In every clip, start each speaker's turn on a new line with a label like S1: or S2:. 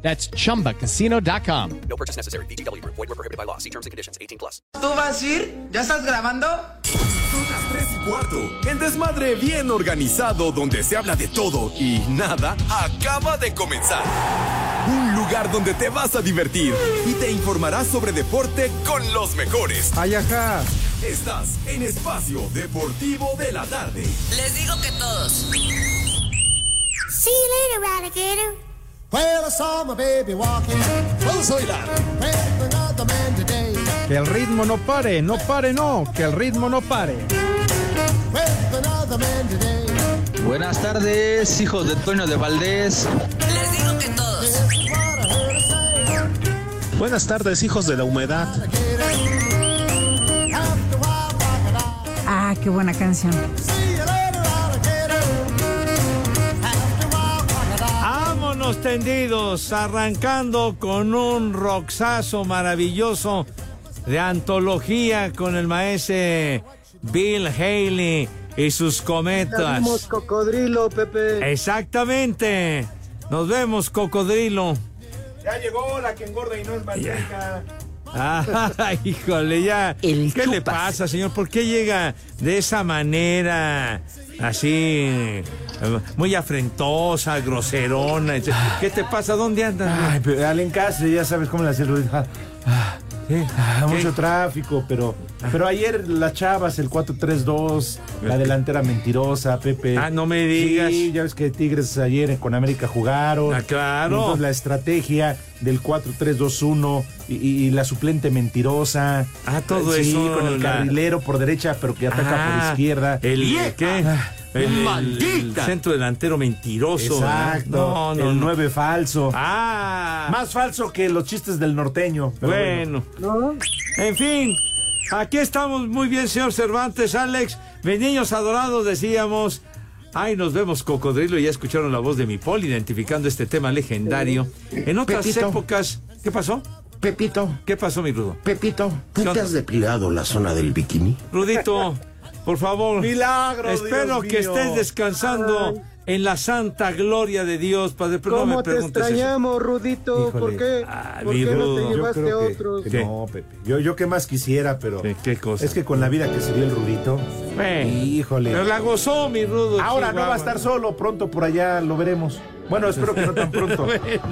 S1: That's chumbacasino.com.
S2: No purchase necessary. BGW. Void were prohibited by law. See terms and conditions. 18 plus.
S3: ¿Tú vas a ir? ¿Ya estás grabando?
S4: Tres y cuarto, el desmadre bien organizado donde se habla de todo y nada acaba de comenzar. Un lugar donde te vas a divertir y te informarás sobre deporte con los mejores.
S5: Ayaja.
S4: Estás en Espacio Deportivo de la Tarde.
S6: Les digo que todos.
S7: See you later, alligator.
S8: Well, I saw my baby walking
S4: Vamos a bailar.
S8: with another man today.
S5: Que el ritmo no pare, no pare, no. Que el ritmo no pare.
S8: With another man today.
S9: Buenas tardes, hijos de Toño de Valdés.
S6: Les digo que todos.
S8: This is what I heard her say.
S10: Buenas tardes, hijos de la humedad.
S8: Alligator. After a while, crocodile.
S11: Ah, qué buena canción.
S8: See you later, alligator. After a while, crocodile.
S12: Vámonos tendidos, arrancando con un roxazo maravilloso de antología con el maese Bill Haley y sus cometas.
S5: cocodrilo, Pepe.
S12: Exactamente. Nos vemos, cocodrilo.
S5: Ya llegó la que engorda y no es manteca.
S12: Ah, híjole, ya.
S6: El
S12: ¿Qué le
S6: chupas.
S12: pasa, señor? ¿Por qué llega de esa manera? Así, eh, muy afrentosa, groserona. etc.? ¿Qué te pasa? ¿Dónde andas?
S5: Ay, pero dale en casa, ya sabes cómo le hace el ruido. Ah, ah,
S12: ¿Qué?
S5: ah, mucho
S12: ¿Qué?
S5: tráfico, pero pero ayer las chavas, el 4-3-2, la delantera mentirosa, Pepe.
S12: Ah, no me digas.
S5: Sí, ya ves que Tigres ayer con América jugaron.
S12: Ah, claro.
S5: Y entonces la estrategia del 4-3-2-1 y, y- y la suplente mentirosa.
S12: Ah, todo
S5: Sí,
S12: eso,
S5: con el
S12: la-
S5: carrilero por derecha, pero que ataca
S12: Ah,
S5: por izquierda. Ah,
S12: El,
S5: ¡Vieja!
S12: ¿qué? El, el- el centro delantero mentiroso. ¿verdad?
S5: Exacto.
S12: No, no,
S5: el
S12: no.
S5: 9 falso.
S12: Ah,
S5: Más falso que los chistes del norteño. pero Ah,
S12: bueno. En fin, aquí estamos muy bien, señor Cervantes, Alex. Mis niños adorados, decíamos. Ay, nos vemos, cocodrilo. Ya escucharon la voz de mi Paul identificando este tema legendario. En otras
S13: Pepito.
S12: épocas. ¿Qué pasó?
S13: Pepito,
S12: ¿Qué pasó, mi Rudo?
S13: Pepito, ¿tú
S12: ¿Qué
S13: te
S12: onda?
S13: has depilado la zona del bikini?
S12: Rudito, por favor.
S5: Milagro,
S12: Espero
S5: Dios
S12: que
S5: mío.
S12: estés descansando en la santa gloria de Dios, Padre. Pero no me preguntes eso.
S5: Bueno,
S13: Rudito?
S5: híjole.
S12: Ah, mi Rudo.
S5: Yo creo que, que
S12: ¿Qué?
S5: no, Pepe. Yo, yo qué más quisiera, pero.
S12: ¿Qué- qué cosa?
S5: Es que con la vida que se dio el Rudito.
S12: Bueno,
S5: Híjole.
S12: Pero la gozó, mi Rudo.
S5: Ahora no va
S12: Chihuahua.
S5: a estar solo, pronto por allá lo veremos. Bueno, espero que no tan pronto.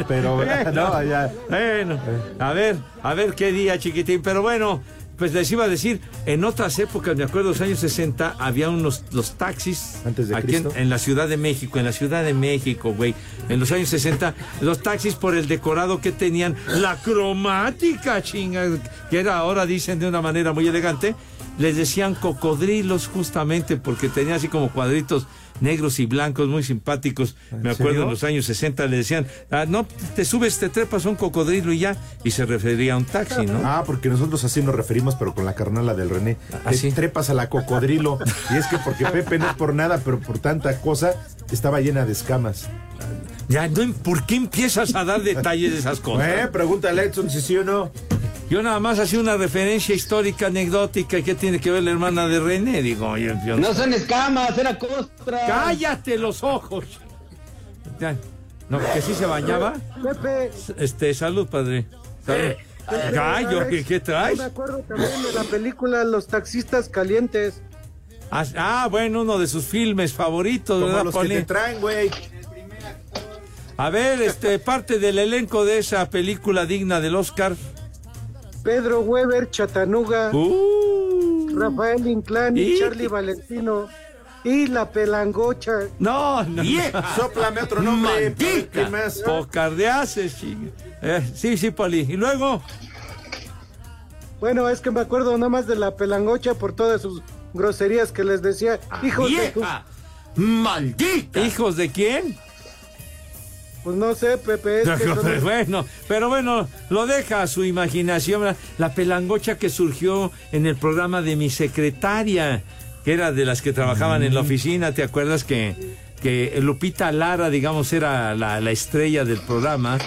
S5: pero
S12: Bueno.
S5: no, ya.
S12: Bueno, a ver, a ver qué día, chiquitín. Pero bueno, pues les iba a decir, en otras épocas, me acuerdo, los años 60, había unos los taxis.
S5: Antes de
S12: aquí en,
S5: Cristo.
S12: en la Ciudad de México, en la Ciudad de México, güey. En los años 60, los taxis por el decorado que tenían, la cromática, chinga, que era ahora dicen de una manera muy elegante, les decían cocodrilos justamente porque tenía así como cuadritos negros y blancos muy simpáticos. Me acuerdo
S5: serio?
S12: en los años 60 le decían, "Ah, no, te subes, te trepas a un cocodrilo y ya, y se refería a un taxi, ¿no?
S5: Ah, porque nosotros así nos referimos, pero con la carnala del René.
S12: Ah,
S5: Te
S12: sí.
S5: Trepas a la cocodrilo. y es que porque Pepe no es por nada, pero por tanta cosa, estaba llena de escamas.
S12: Ya, no, ¿por qué empiezas a dar detalles de esas cosas?
S5: Eh, pregúntale a Edson si sí o no.
S12: Yo nada más hacía una referencia histórica, anecdótica, ¿qué tiene que ver la hermana de René? Digo, yo- yo-
S9: No son escamas, era costra.
S12: ¡Cállate los ojos! Ya, No, que sí se bañaba.
S8: Pepe,
S12: Este, salud, padre. Salud.
S3: Eh,
S12: Gallo, ¿qué, qué traes?
S8: acuerdo también de la película Los taxistas calientes.
S12: Ah, ah, bueno, uno de sus filmes favoritos,
S5: Como
S12: ¿verdad,
S5: los que
S12: Paulín?
S5: te traen, güey.
S12: A ver, este, parte del elenco de esa película digna del Oscar.
S8: Pedro Weber, Chatanuga,
S12: Uh,
S8: Rafael Inclán
S12: y-
S8: Charlie Valentino y la pelangocha.
S12: no, no.
S5: Sóplame otro nombre. ¿Qué más?
S12: Pocardeaces, chinga. Eh, sí, sí, Poli. Y luego,
S8: Bueno, es que me acuerdo nada más de la pelangocha por todas sus groserías que
S5: Ah,
S8: les
S12: Ah,
S8: decía. Hijos de tu-
S12: ¿hijos de quién?
S11: Pues no sé, Pepe. Es que
S12: pero,
S11: entonces-
S12: bueno, pero bueno, lo deja a su imaginación. La, la pelangocha que surgió en el programa de mi secretaria, que era de las que trabajaban en la
S5: Mm.
S12: oficina, ¿te acuerdas que, que Lupita Lara, digamos, era la, la estrella del programa?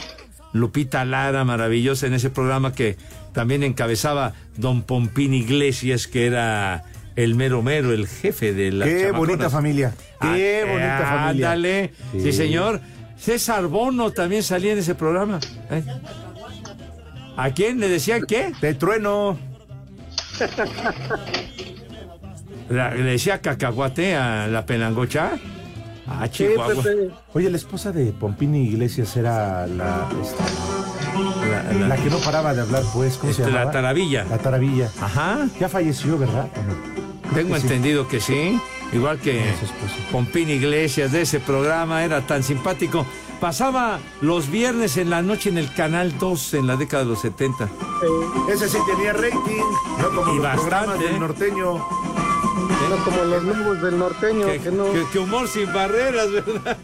S12: Lupita Lara, maravillosa en ese programa que también encabezaba don Pompín Iglesias, que era el mero mero, el jefe de la Ah,
S5: Qué bonita familia. Qué bonita familia.
S12: Ándale. Sí.
S5: Sí.
S12: señor. César Bono también salía en ese programa. ¿eh? ¿A quién le decía qué?
S5: Te trueno.
S12: La- ¿Le decía cacahuate a la pelangocha? Ah,
S5: pues,
S12: Chihuahua.
S5: eh, Oye, la esposa de Pompini Iglesias era la, este, la, la que no paraba de hablar, pues, ¿cómo
S12: Este,
S5: se
S12: la
S5: llamaba?
S12: Taravilla.
S5: La Taravilla.
S12: Ajá.
S5: Ya falleció, ¿verdad? ¿O no?
S12: Tengo
S5: Sí.
S12: entendido que sí. Igual que Pompín Iglesias de ese programa era tan simpático. Pasaba los viernes en la noche en el Canal 2 en la década de los 70.
S5: Ese sí tenía rating, no como
S12: Y
S5: los
S12: bastante,
S5: programas
S12: ¿eh?
S5: del norteño.
S11: No como los nuevos del norteño,
S12: Que,
S11: que no.
S12: que- que humor sin barreras, ¿verdad?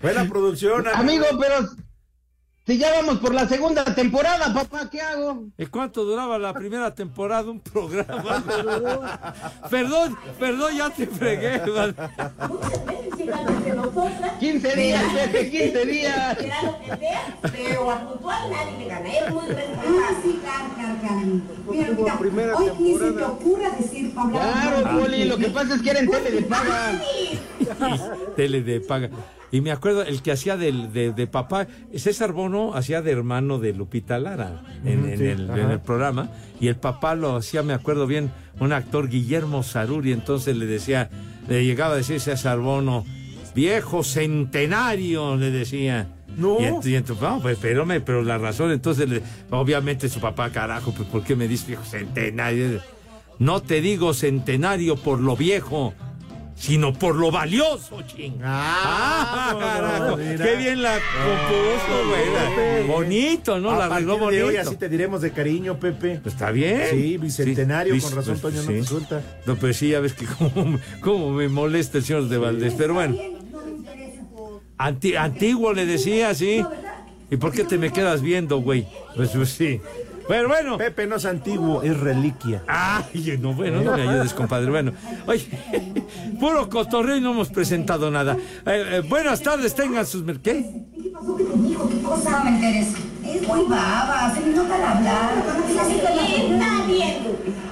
S5: Buena producción.
S14: Amigo, pero si ya vamos por la segunda temporada, papá, ¿qué hago?
S12: ¿Y cuánto duraba la primera temporada un programa? perdón, perdón, ya te fregué. man.
S14: 15 días, Pepe, 15 días.
S7: Era lo que sea, pero a puntual nadie le gana. Es muy responsable. Ah, sí, claro, claro, claro. Pero mira, hoy ni se te ocurra decir palabras.
S14: Claro, Poli, lo que pasa es que era en tele de paga.
S12: Tele de paga. Y me acuerdo, el que hacía del- de, de papá, César Bono hacía de hermano de Lupita Lara en,
S5: Mm,
S12: en
S5: sí,
S12: el,
S5: ajá.
S12: en el programa. Y el papá lo hacía, me acuerdo bien, un actor Guillermo Saruri. Entonces le decía, le llegaba a decir César Bono, viejo centenario, le decía.
S5: No.
S12: Y, ent- y entonces, no, pues, pero, me- pero la razón, entonces, le- obviamente su papá, carajo, pues, ¿por qué me dice viejo centenario? No te digo centenario por lo viejo, sino por lo valioso, ching. Ah, carajo. Qué bien la compuso, güey. Bonito, ¿no? La
S5: A
S12: arregló
S5: partir de
S12: bonito.
S5: hoy así te diremos de cariño, Pepe.
S12: Pues está bien.
S5: Sí, bicentenario,
S12: Sí,
S5: con
S12: bis-
S5: razón,
S12: pues,
S5: Toño, no
S12: sí.
S5: resulta.
S12: No, pero sí, ya ves que cómo, cómo me molesta el señor de Valdés, pero bueno. Anti- antiguo le decía, sí. ¿Y por qué te me quedas viendo, güey? Pues, pues, sí. Pero bueno.
S5: Pepe no es antiguo, es reliquia.
S12: Ay, no, bueno, no me ayudes, compadre. Bueno, oye, puro cotorreo y no hemos presentado nada. Eh, eh, buenas tardes, tengan sus... mer- ¿Qué?
S7: Cosa no me interesa. Es muy baba, se me nota al hablar. Está bien.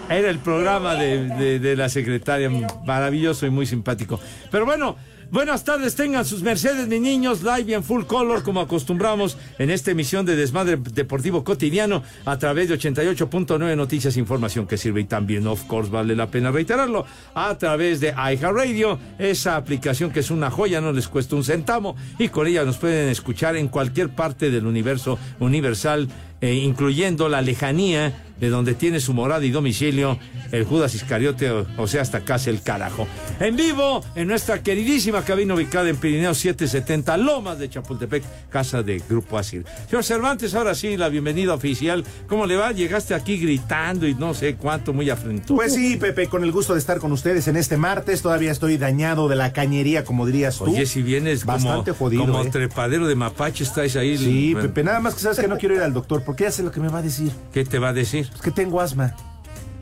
S12: Era el programa de, de- de la secretaria, maravilloso y muy simpático. Pero bueno, buenas tardes, tengan sus mercedes, mis niños, live y en full color, como acostumbramos en esta emisión de Desmadre Deportivo Cotidiano, a través de 88.9 Noticias, información que sirve y también, of course, vale la pena reiterarlo, a través de iHeartRadio, esa aplicación que es una joya, no les cuesta un centavo, y con ella nos pueden escuchar en cualquier parte del universo universal, eh, incluyendo la lejanía de donde tiene su morada y domicilio el Judas Iscariote, o, o sea, hasta casa el carajo. En vivo, en nuestra queridísima cabina ubicada en Pirineo 770, Lomas de Chapultepec, casa de Grupo Asir. Señor Cervantes, ahora sí, la bienvenida oficial. ¿Cómo le va? Llegaste aquí gritando y no sé cuánto, muy afrentoso.
S5: Pues sí, Pepe, con el gusto de estar con ustedes en este martes. Todavía estoy dañado de la cañería, como dirías tú.
S12: Oye, si vienes como-
S5: Bastante
S12: como,
S5: jodido. ¿eh?
S12: trepadero de mapache, estáis ahí.
S5: Sí,
S12: bueno,
S5: Pepe, nada más que sabes que no quiero ir al doctor, porque ya sé lo que me va a decir.
S12: ¿Qué te va a decir?
S5: Es que tengo asma.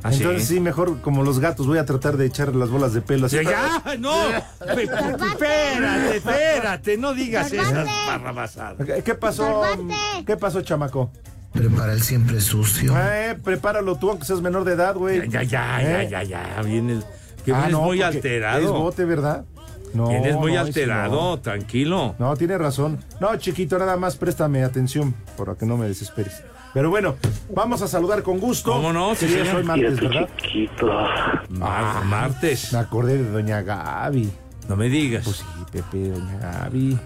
S12: ¿Ah, sí?
S5: Entonces sí, mejor como los gatos voy a tratar de echar las bolas de pelo. así.
S12: Ya, ya, no. Pe- Espérate, espérate, no digas esas barrabasadas.
S5: ¿Qué pasó? ¿Qué pasó, chamaco?
S13: Prepara el siempre sucio.
S5: Eh, prepáralo tú, aunque seas menor de edad, güey. Eh.
S12: Ya, ya, ya, ya, ya, vienes, que
S5: Ah,
S12: vienes
S5: no,
S12: muy
S5: porque Es
S12: alterado.
S5: bote, ¿verdad? No,
S12: vienes muy
S5: no, ese
S12: alterado,
S5: no.
S12: tranquilo.
S5: No, tiene razón. No, chiquito, nada más préstame atención para que no me desesperes. Pero bueno, vamos a saludar con gusto.
S12: ¿Cómo no? Sí,
S5: Sí,
S12: señor.
S5: soy martes, ¿verdad? Ah.
S12: Mar- martes.
S5: Me acordé de doña Gaby.
S12: No me digas.
S5: Pues Sí, Pepe, doña Gaby.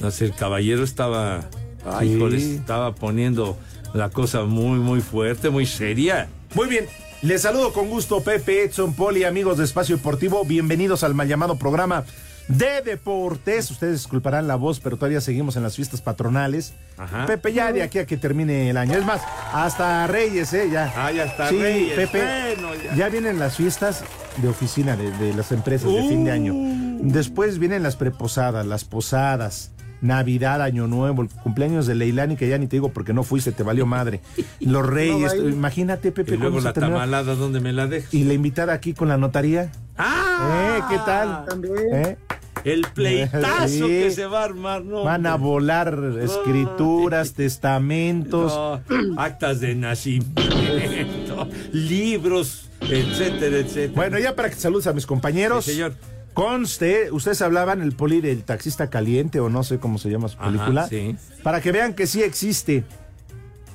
S12: No sé, el caballero estaba. Ay,
S5: Sí.
S12: híjole, estaba poniendo la cosa muy, muy fuerte, muy seria.
S5: Muy bien. Les saludo con gusto, Pepe, Edson, Poli, amigos de Espacio Deportivo. Bienvenidos al mal llamado programa de deportes. Ustedes disculparán la voz, pero todavía seguimos en las fiestas patronales.
S12: Ajá.
S5: Pepe, ya de aquí a que termine el año. Es más, hasta Reyes, ¿eh? Ya.
S12: Ah, ya está,
S5: Sí,
S12: Reyes.
S5: Pepe.
S12: Bueno, ya.
S5: ya. vienen las fiestas de
S12: Uh.
S5: oficina, de, de las empresas de fin de año. Después vienen las preposadas, las posadas, Navidad, Año Nuevo, el cumpleaños de Leilani, que ya ni te digo porque no fuiste, te valió madre. Los Reyes,
S12: No, vaya.
S5: imagínate, Pepe.
S12: Y luego
S5: cómo se
S12: la
S5: termina.
S12: tamalada, ¿dónde me la dejas?
S5: Y la invitada aquí con la notaría.
S12: ¡Ah!
S5: Eh, ¿Qué tal? ¿Eh?
S12: El pleitazo
S5: Sí.
S12: que se va a armar, ¿no?
S5: Van a volar escrituras, testamentos.
S12: No, actas de nacimiento, libros, etcétera, etcétera.
S5: Bueno, ya para que saludes a mis compañeros.
S12: Sí, señor.
S5: Conste, ustedes hablaban el poli del taxista caliente o no sé cómo se llama su
S12: Ajá,
S5: película.
S12: sí.
S5: Para que vean que sí existe.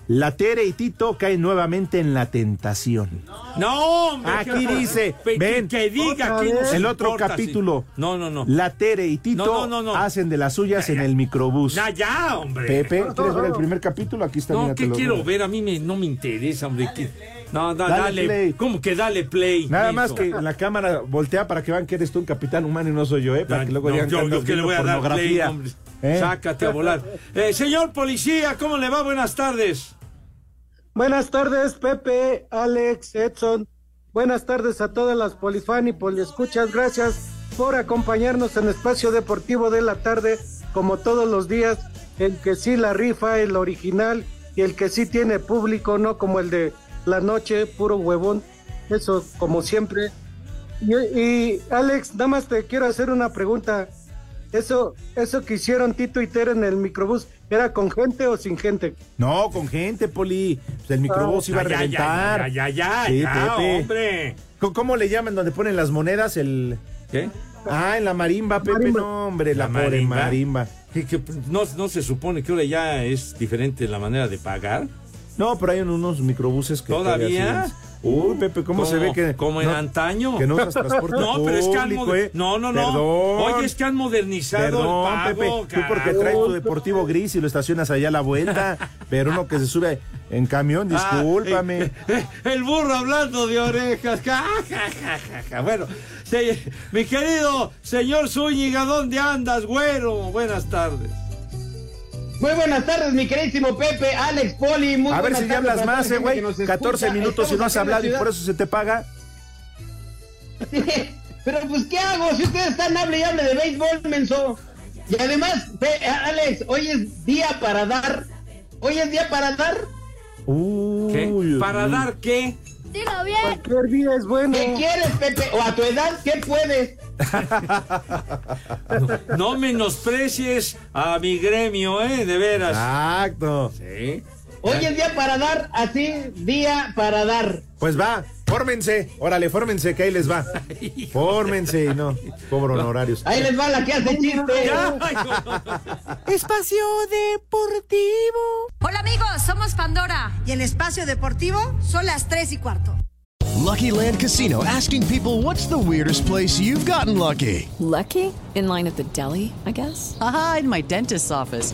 S5: La Tere y Tito caen nuevamente en la tentación.
S12: No, hombre.
S5: Aquí dice,
S12: Pe- que-
S5: ven.
S12: que diga que
S5: el otro capítulo.
S12: No, no, no.
S5: La Tere y Tito
S12: No, no, no, no.
S5: hacen de las suyas en el microbús.
S12: Ya, ya, hombre.
S5: Pepe, ¿quieres ver el primer capítulo? Aquí está.
S12: No,
S5: mira, te
S12: ¿qué
S5: lo-
S12: quiero ver? A mí me- no me interesa, hombre. ¿Qué- No, da-
S5: Dale
S12: dale.
S5: play.
S12: ¿Cómo que dale play?
S5: Nada
S12: Neto?
S5: más que la cámara voltea para que vean que eres tú un capitán humano y no soy yo, ¿eh? Para
S12: No,
S5: que luego
S12: no,
S5: digan
S12: yo,
S5: andas
S12: yo que le
S5: viendo
S12: voy a dar play,
S5: pornografía.
S12: hombre.
S5: ¿Eh?
S12: Sácate a volar. Eh, señor policía, ¿cómo le va? Buenas tardes.
S3: Buenas tardes, Pepe, Alex, Edson. Buenas tardes a todas las polifan y poliescuchas. Gracias por acompañarnos en Espacio Deportivo de la Tarde, como todos los días. El que sí la rifa, el original, y el que sí tiene público, no como el de la noche, puro huevón. Eso, como siempre. Y, y, Alex, nada más te quiero hacer una pregunta. Eso, eso que hicieron Tito y Tere en el microbús, ¿era con gente o sin gente?
S5: No, con gente, Poli. Pues el microbús
S12: Ah,
S5: iba a
S12: ya, ya,
S5: reventar.
S12: ya, ya, ya,
S5: Sí,
S12: ya,
S5: Pepe.
S12: hombre.
S5: ¿Cómo- ¿Cómo le llaman donde ponen las monedas? El.
S12: ¿Qué?
S5: Ah, en la marimba, Pepe.
S3: Marimba.
S5: No, hombre, la,
S12: La
S5: pobre marimba.
S12: marimba. Que- que no, no se supone que ahora ya es diferente la manera de pagar.
S5: No, pero hay unos microbuses que.
S12: ¿Todavía?
S5: así es. Uy, Pepe, ¿cómo, se ve que.
S12: Como en
S5: no,
S12: antaño.
S5: Que no usas transporte
S12: No, pero es que han
S5: público,
S12: moder-
S5: eh.
S12: No, no, no.
S5: Perdón.
S12: Oye, es que han modernizado
S5: Perdón,
S12: el
S5: Pepe,
S12: pago,
S5: tú porque
S12: carajo.
S5: traes tu deportivo gris y lo estacionas allá a la vuelta, pero uno que se sube en camión,
S12: Ah,
S5: discúlpame.
S12: eh, eh, el burro hablando de orejas. Ja, ja, ja, ja, ja. Bueno, se- mi querido señor Zúñiga, ¿dónde andas, güero? Buenas tardes.
S15: Muy buenas tardes, mi queridísimo Pepe, Alex, Poli. Muy
S5: a ver
S15: buenas
S5: si ya
S15: tardes
S5: hablas
S15: a toda
S5: más,
S15: la
S5: eh,
S15: gente
S5: güey.
S15: que nos
S5: 14
S15: escucha.
S5: minutos y no has
S15: Estamos
S5: hablado
S15: aquí
S5: y
S15: en la
S5: por eso se te paga.
S15: Pero pues, ¿qué hago? Si ustedes están hable y hable de béisbol, menso. Y además, Pe- Alex, hoy es día para dar. Hoy es día para dar.
S12: ¿Qué?
S5: Uy,
S12: ¿Para
S5: uy.
S12: dar qué?
S16: Dilo bien.
S3: Cualquier día es bueno.
S15: ¿Qué quieres, Pepe? O a tu edad, ¿qué puedes?
S12: No menosprecies a mi gremio, ¿eh? De veras.
S5: Exacto.
S12: Sí.
S15: Hoy es día para dar, así, día para dar.
S5: Pues va, fórmense, órale, fórmense, que ahí les va. Fórmense y no, cobro honorarios.
S15: Ahí les va la que hace chiste.
S12: Ay, no.
S17: Espacio Deportivo.
S16: Hola amigos, somos Pandora.
S18: Y en Espacio Deportivo son las 3 y cuarto.
S2: Lucky Land Casino asking people what's the weirdest place you've gotten lucky?
S19: Lucky? In line at the deli, I guess? Aha, in my dentist's office.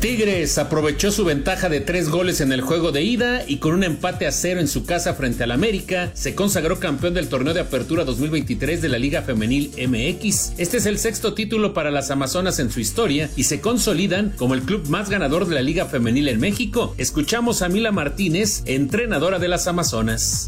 S20: Tigres aprovechó su ventaja de tres goles en el juego de ida y con un empate a cero en su casa frente al América, se consagró campeón del torneo de apertura 2023 de la Liga Femenil MX. Este es el sexto título para las Amazonas en su historia y se consolidan como el club más ganador de la Liga Femenil en México. Escuchamos a Mila Martínez, entrenadora de las Amazonas.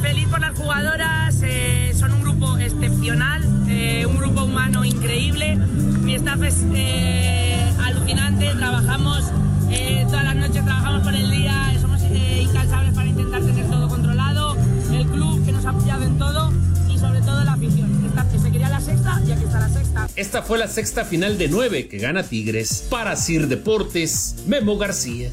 S21: Feliz por las jugadoras, eh, son un grupo excepcional, eh, un grupo humano increíble. Mi staff es eh, alucinante, trabajamos eh, todas las noches, trabajamos por el día, somos eh, incansables para intentar tener todo controlado. El club que nos ha apoyado en todo y sobre todo la afición. Esta- que se quería la sexta y aquí está la sexta.
S20: Esta fue la sexta final de nueve que gana Tigres. Para Sir Deportes, Memo García.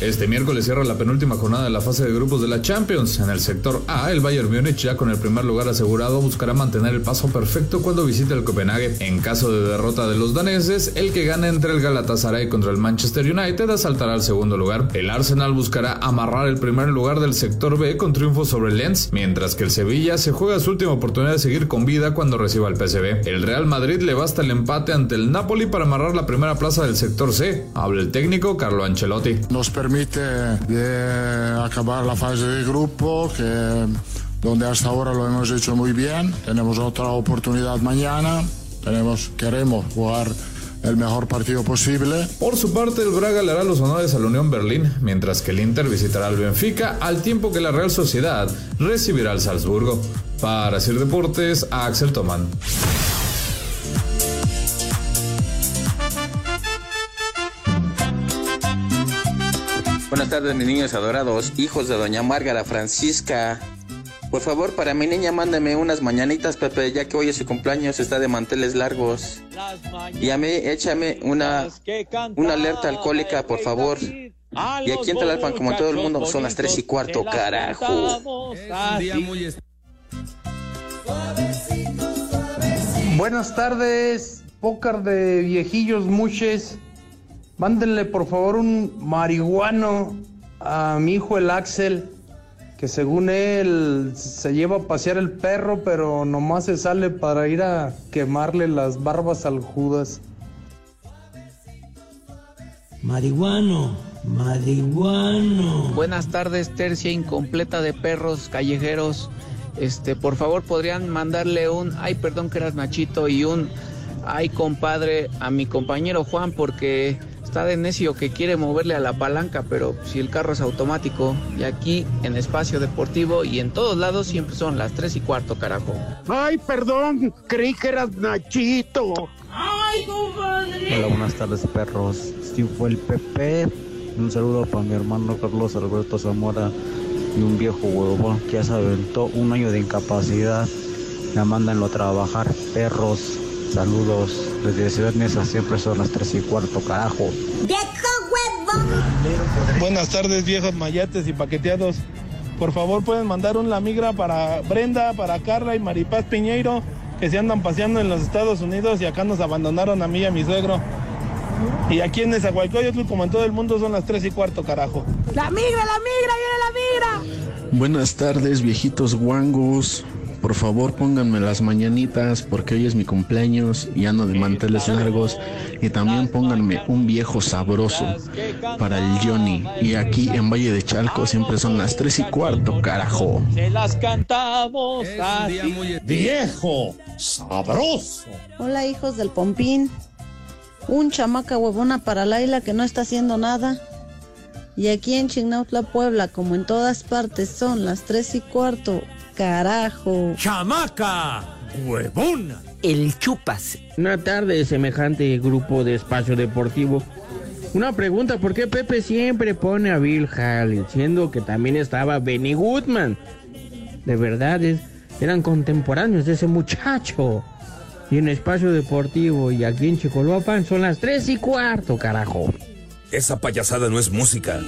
S22: Este miércoles cierra la penúltima jornada de la fase de grupos de la Champions. En el sector A, el Bayern Múnich ya con el primer lugar asegurado buscará mantener el paso perfecto cuando visite el Copenhague. En caso de derrota de los daneses, el que gane entre el Galatasaray contra el Manchester United asaltará al segundo lugar. El Arsenal buscará amarrar el primer lugar del sector B con triunfo sobre el Lens, mientras que el Sevilla se juega su última oportunidad de seguir con vida cuando reciba el PSV. El Real Madrid le basta el empate ante el Napoli para amarrar la primera plaza del sector C. Habla el técnico Carlo Ancelotti.
S23: Nos permite de acabar la fase de grupo que donde hasta ahora lo hemos hecho muy bien. Tenemos otra oportunidad mañana. Tenemos, queremos jugar el mejor partido posible.
S22: Por su parte, el Braga le hará los honores a la Unión Berlín, mientras que el Inter visitará al Benfica, al tiempo que la Real Sociedad recibirá al Salzburgo. Para Sir Deportes, Axel Tomán.
S24: Buenas tardes, mis niños adorados, hijos de doña Márgara Francisca. Por favor, para mi niña, mándame unas mañanitas, Pepe, ya que hoy es su cumpleaños, está de manteles largos. Y a mí, échame una, una alerta alcohólica, por favor. Y aquí en Talalpan, como en todo el mundo, son las 3 y cuarto, carajo.
S8: Ah,
S9: Buenas tardes, pócar de viejillos muches. Mándenle por favor un marihuano a mi hijo el Axel, que según él se lleva a pasear el perro, pero nomás se sale para ir a quemarle las barbas al Judas.
S15: Marihuano, marihuano. Buenas tardes, tercia incompleta de perros callejeros. Este, por favor, podrían mandarle un ay, perdón que eras machito y un ay, compadre, a mi compañero Juan porque está de necio que quiere moverle a la palanca, pero si el carro es automático y aquí en espacio deportivo y en todos lados siempre son las tres y cuarto, carajo.
S3: Ay, perdón, creí que eras Nachito.
S8: Ay, compadre.
S25: Hola, buenas tardes, perros. Steve fue el Pepe. Un saludo para mi hermano Carlos Alberto Zamora y un viejo huevón que ya se aventó un año de incapacidad. La mandanlo a trabajar, perros. Saludos. Desde Ciudad Neza siempre son las 3 y cuarto, carajo.
S21: Buenas tardes, viejos mayates y paqueteados. Por favor, pueden mandar un la migra para Brenda, para Carla y Maripaz Piñeiro, que se andan paseando en los Estados Unidos y acá nos abandonaron a mí y a mi suegro. Y aquí en Nezahualcóyotl, como en todo el mundo, son las 3 y cuarto, carajo.
S8: La migra, la migra, viene la migra.
S26: Buenas tardes, viejitos guangos. Por favor, pónganme las mañanitas porque hoy es mi cumpleaños y ando de manteles largos. Y también pónganme un viejo sabroso para el Johnny. Y aquí en Valle de Chalco siempre son las 3 y cuarto, carajo.
S3: Se las cantamos
S26: ¡Viejo! ¡Sabroso!
S27: Hola hijos del Pompín. Un chamaca huevona para Laila que no está haciendo nada. Y aquí en Chignautla, Puebla, como en todas partes, son las tres y cuarto. Carajo.
S28: ¡Chamaca! ¡Huevona!
S29: El chupas.
S28: Una tarde, semejante grupo de espacio deportivo. Una pregunta, ¿por qué Pepe siempre pone a Bill Haley, siendo que también estaba Benny Goodman? De verdad, es- eran contemporáneos de ese muchacho. Y en espacio deportivo y aquí en Chicoloapan son las tres y cuarto, carajo.
S5: Esa payasada no es música.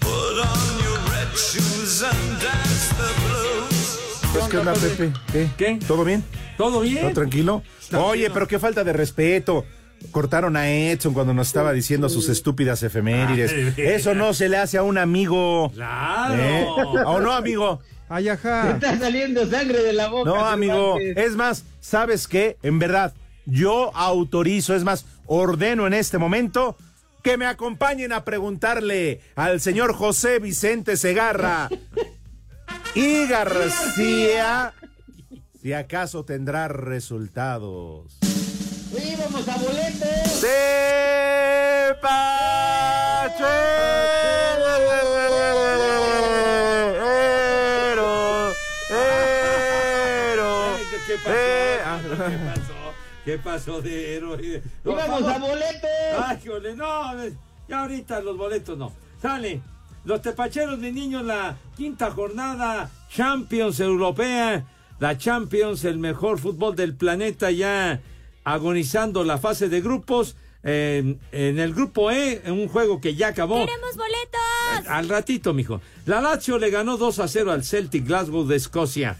S8: Put on your red shoes and dance the blues.
S5: Pues, ¿Qué onda, Pepe? ¿Qué? ¿Todo bien?
S12: ¿Todo bien?
S5: ¿Todo tranquilo? Oye, pero qué falta de respeto. Cortaron a Edson cuando nos estaba diciendo sus estúpidas efemérides. Eso no se le hace a un amigo.
S12: Claro.
S5: ¿Eh? ¿O no, amigo? Ay, ajá.
S9: Está saliendo sangre de la boca.
S5: No,
S9: no
S5: amigo.
S9: manches.
S5: Es más, ¿sabes qué? En verdad, yo autorizo, es más, ordeno en este momento que me acompañen a preguntarle al señor José Vicente Segarra y García si acaso tendrá resultados.
S9: Sí, vamos a boletes.
S12: ¿Qué pasó? ¿Qué pasó? ¿Qué pasó de héroe? Por
S9: ¡Íbamos
S12: favor.
S9: a boletos!
S12: Ay, jole, no, ya ahorita los boletos no. Sale, los tepacheros de niños, la quinta jornada, Champions Europea, la Champions, el mejor fútbol del planeta ya agonizando la fase de grupos. eh, en el grupo E, en un juego que ya acabó.
S23: ¡Queremos boletos!
S12: Al ratito, mijo. La Lazio le ganó 2 a 0 al Celtic Glasgow de Escocia.